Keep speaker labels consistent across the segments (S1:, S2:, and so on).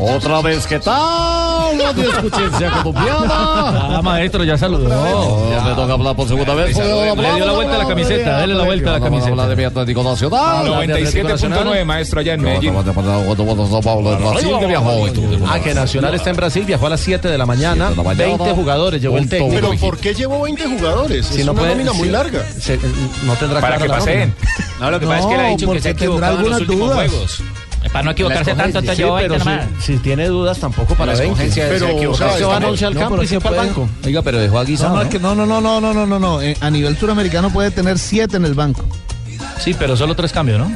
S1: Otra vez, ¿qué tal? La discutencia colombiana.
S2: Ah, maestro, ya saludó.
S1: No, Oh, me toca hablar por segunda vez.
S2: Le dio la vuelta a la camiseta, dele la vuelta a la
S1: Habla de
S2: camiseta.
S1: mi Atlético Nacional.
S3: 97.9, maestro, allá en Medellín.
S4: Ah, que Nacional está en Brasil, viajó a las 7 de la mañana,
S1: Siete de la mañana.
S4: 20 jugadores, llegó el
S1: Punto
S4: técnico.
S5: Pero ¿por qué llevó 20 jugadores?
S4: Si
S5: es
S4: no
S5: una
S4: puede-
S5: nómina muy
S4: si-
S5: larga.
S4: se- eh, no tendrá
S3: Para
S4: clara
S3: que
S4: la
S3: paseen.
S4: nómina.
S6: No, lo que pasa es que le ha dicho que se ha equivocado en los últimos juegos.
S3: Eh,
S7: Para no equivocarse tanto, entonces
S4: Sí,
S7: yo
S4: pero
S7: 20
S4: si,
S7: nomás.
S4: si tiene dudas tampoco para
S6: La
S4: 20.
S6: escogencia de
S5: Pero,
S6: se ha equivocado.
S5: o sea,
S4: Se
S6: esta
S4: va
S5: está-
S6: noche.
S4: anoche al
S8: No,
S4: campo
S8: pero
S4: y se
S8: se
S4: fue al
S8: puede.
S4: banco.
S6: Oiga, pero dejó a
S8: No,
S6: Guisado.
S8: no, es que no, no, no, no, no, no, no, no. Eh, a nivel suramericano puede tener siete en el banco.
S2: Sí, pero solo tres cambios, ¿no?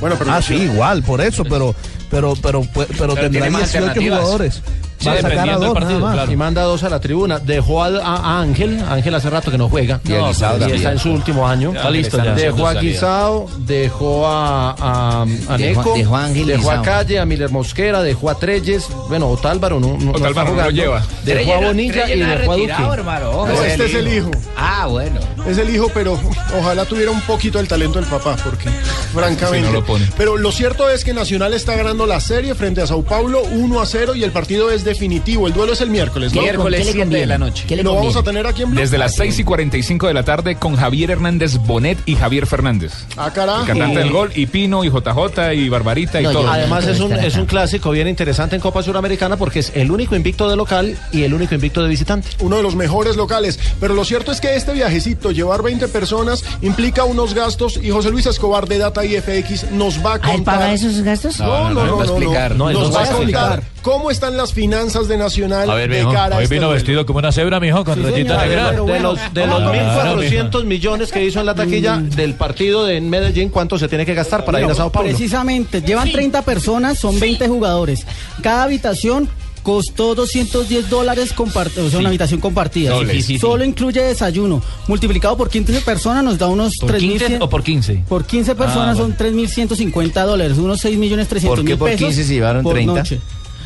S5: Bueno, pero
S8: Ah, sí, igual, por eso, pero, pero, pero, pero, tendrá
S6: tiene más
S8: 18
S6: alternativas.
S8: jugadores.
S2: Sí,
S8: Va a sacar a
S2: dependiendo del
S8: dos,
S2: partido,
S8: nada más.
S2: claro.
S4: Y manda dos a la tribuna. Dejó al- a, a Ángel. Ángel hace rato que no juega.
S6: Y a Guisao
S4: y
S6: también. Ah,
S4: está en su último año.
S2: Está listo ya.
S4: Dejó a Guisao, dejó a, a, a
S6: Dejó-
S4: Neco,
S6: dejó a Ángel
S4: dejó a
S6: Guisao.
S4: Calle, a Miller Mosquera, dejó a Treyes, bueno, Otálvaro no, no, no está
S3: Otálvaro no lo
S4: jugando.
S3: lleva.
S4: Dejó a Bonilla y dejó a Duque.
S5: No, este es el hijo.
S6: Ah, bueno.
S5: Es el hijo, pero ojalá tuviera un poquito el talento del papá, porque francamente.
S3: Si no lo pone.
S5: Pero lo cierto es que Nacional está ganando la serie frente a Sao Paulo 1 a 0 y el partido es definitivo. El duelo es el miércoles, ¿no?
S6: Miércoles
S7: ¿Qué le
S6: 7 de la noche.
S7: ¿Qué le
S5: Lo vamos
S7: conviene?
S5: a tener aquí en Blue.
S3: Desde las 6 y 45 de la tarde con Javier Hernández Bonet y Javier Fernández.
S5: Ah,
S3: El
S5: carajo.
S3: cantante del gol, y Pino, y JJ, y Barbarita, y
S4: No,
S3: todo.
S4: yo- además
S7: no
S4: es un,
S7: estará
S4: es un clásico bien interesante en Copa Suramericana porque es el único invicto de local y el único invicto de visitante.
S5: uno de los mejores locales. Pero lo cierto es que este viajecito, llevar 20 personas, implica unos gastos y José Luis Escobar de Data IFX nos va a
S7: ¿A él
S5: contar.
S7: paga esos gastos?
S5: No, no,
S6: no,
S5: no,
S6: va a
S5: no,
S6: explicar.
S5: no.
S4: No, él
S5: Nos
S4: nos
S5: va
S4: va
S5: a
S4: a
S5: contar
S4: explicar.
S5: cómo están las finanzas de Nacional
S2: A ver,
S5: de
S2: mijo.
S5: cara a
S2: Hoy
S5: este
S2: vino
S5: duelo.
S2: vestido como una cebra, mijo, con rayita negra.
S4: de los, de los
S2: Claro,
S4: 1.400 millones que hizo en la taquilla del partido de Medellín, ¿cuánto se tiene que gastar para ir a Sao Paulo?
S9: Precisamente, llevan 30 personas, son 20 jugadores. Cada habitación costó 210 dólares compartido, o sea, una habitación compartida.
S3: Doble. Sí, sí, sí.
S9: Solo incluye desayuno. Multiplicado por 15 personas nos da unos
S2: ¿Por 15
S9: 3.100.
S2: o por 15?
S9: Por 15 personas
S2: bueno.
S9: son 3.150 dólares, unos 6.300.000 millones
S6: ¿Por qué por 15 se llevaron 30?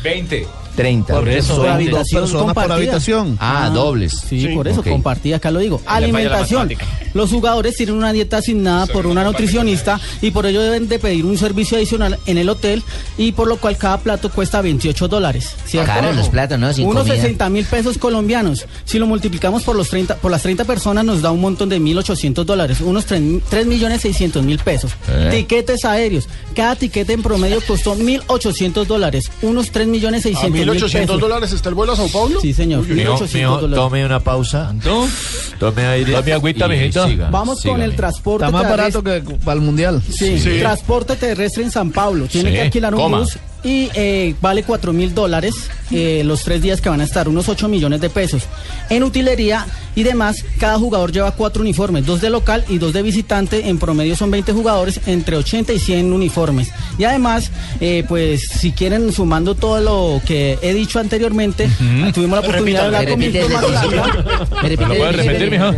S3: 20.
S6: 30.
S2: Por eso,
S9: Por
S8: Son
S2: veinte.
S8: dos
S9: habitación
S8: personas por
S9: compartida.
S8: habitación.
S6: Ah, dobles.
S9: Sí, por eso,
S6: Ok.
S9: compartida, acá lo digo. Alimentación. Los jugadores tienen una dieta asignada por una nutricionista y por ello deben de pedir un servicio adicional en el hotel y por lo cual cada plato cuesta 28 dólares. ¿cierto?
S6: Claro, los platos, ¿no? Sin
S9: Unos
S6: comida.
S9: 60 mil pesos colombianos. Si lo multiplicamos por, los 30, por las 30 personas nos da un montón de 1.800 dólares, unos 3, millones 600 mil pesos.
S6: Eh.
S9: Tiquetes aéreos. Cada tiquete en promedio costó 1.800 dólares, unos 3 millones
S5: ¿A
S9: 600 mil pesos.
S5: 1.800 dólares está el vuelo a Sao Paulo?
S9: Sí, señor.
S5: Uy, uy, uy.
S9: Mijo, 1.800 mijo, dólares. tome
S8: una pausa.
S2: ¿Tú?
S8: Tome aire.
S2: Tome agüita, y mijito. siga,
S9: Vamos con el transporte.
S8: Está más
S9: terrestre.
S8: barato que para el mundial.
S9: Sí,
S5: Sí.
S9: transporte terrestre en San Pablo. Tiene
S2: Sí,
S9: que alquilar un
S2: coma.
S9: bus y eh, vale 4 mil dólares eh, los tres días que van a estar, unos 8 millones de pesos. En utilería y demás, cada jugador lleva cuatro uniformes, dos de local y dos de visitante. En promedio son 20 jugadores, entre 80 y 100 uniformes. Y además, eh, pues si quieren, sumando todo lo que he dicho anteriormente, tuvimos la oportunidad de hablar con
S6: Repite
S9: Víctor
S6: desde el
S9: Maslany.
S2: ¿Me lo puedes repetir, mijo?
S4: El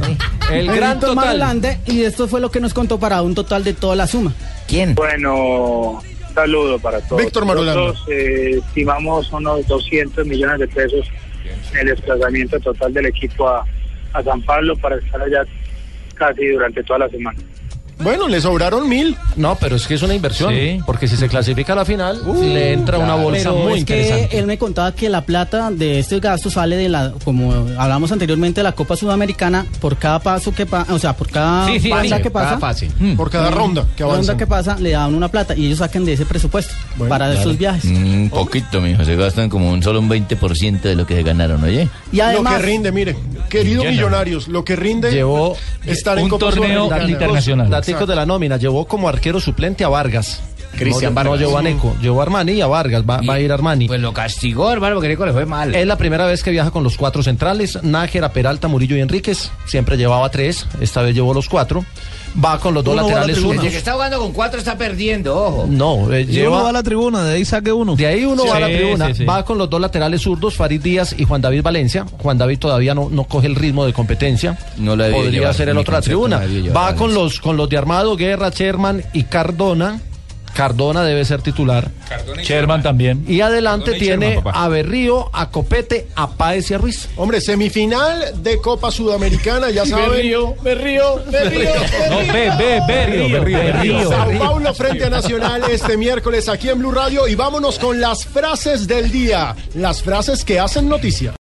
S9: Benito
S4: gran total.
S9: Marulanda, y esto fue lo que nos contó para un total de toda la suma.
S6: ¿Quién?
S10: Bueno, saludo para todos.
S5: Víctor Marulanda.
S10: Nosotros eh, estimamos unos 200 millones de pesos el desplazamiento total del equipo a, a San Pablo para estar allá casi durante toda la semana.
S5: Bueno, le sobraron mil.
S4: No, pero es que es una inversión.
S2: Sí.
S4: Porque si se clasifica a la final, le entra una bolsa
S9: Uh, Pero
S4: muy
S9: es
S4: interesante.
S9: que él me contaba que la plata de este gasto sale de la, como hablamos anteriormente, de la Copa Sudamericana por cada paso que pasa, o sea, por cada
S2: Sí, sí,
S9: pasa
S2: sí,
S9: que
S4: Cada
S9: pasa,
S4: fase.
S5: Por cada ronda que avanza.
S9: Mm. ronda que pasa, le dan una plata y ellos sacan de ese presupuesto para esos viajes.
S6: Un poquito, mijo. Se gastan como un solo un 20% de lo que se ganaron, oye.
S9: Y además,
S5: lo que rinde, mire, querido
S2: Llena.
S5: Millonarios, lo que rinde
S4: Llevó
S5: estar en
S2: un
S5: Copa
S2: torneo
S5: Sudamericana.
S2: internacional.
S4: Daticos de la nómina. Llevó como arquero suplente a Vargas.
S6: Cristian
S4: no,
S6: Vargas.
S4: No llevó a Neco. Llevó a Armani y a Vargas. Va, va a ir Armani.
S6: Pues lo castigó, hermano, porque Nico le fue mal.
S4: Es la primera vez que viaja con los cuatro centrales, Nájera, Peralta, Murillo y Enríquez. Siempre llevaba tres, esta vez llevó los cuatro. Va con los dos
S8: Uno va a la
S4: laterales
S8: tribuna.
S4: uno.
S6: Desde que está jugando con cuatro está perdiendo, ojo.
S4: No, eh,
S8: Y uno va
S4: lleva...
S8: a la tribuna, de ahí saque uno.
S4: De ahí uno
S2: Sí,
S4: va a la tribuna,
S2: sí, sí.
S4: va con los dos laterales zurdos, Farid Díaz y Juan David Valencia. Juan David todavía no, no coge el ritmo de competencia.
S6: No la debió
S4: Podría
S6: llevar, en
S4: ser el
S6: mi
S4: otro a la
S6: concepto,
S4: tribuna.
S6: no la debió llevar
S4: va con
S6: Valencia.
S4: los, con los de Armado, Guerra, Sherman y Cardona. Cardona debe ser titular.
S2: Sherman también.
S4: Y adelante
S3: Cardona y
S4: tiene
S3: Sherman, papá.
S4: a Berrío, a Copete, a Páez y a Ruiz.
S5: Hombre, semifinal de Copa Sudamericana, ya saben. me río, me río, me
S2: No,
S5: río.
S2: ve, ve, ve,
S3: Berrío,
S2: Río, ve,
S3: Berrío.
S2: Río.
S5: Sao Paulo frente a Nacional este miércoles aquí en Blue Radio y vámonos con las frases del día, las frases que hacen noticia.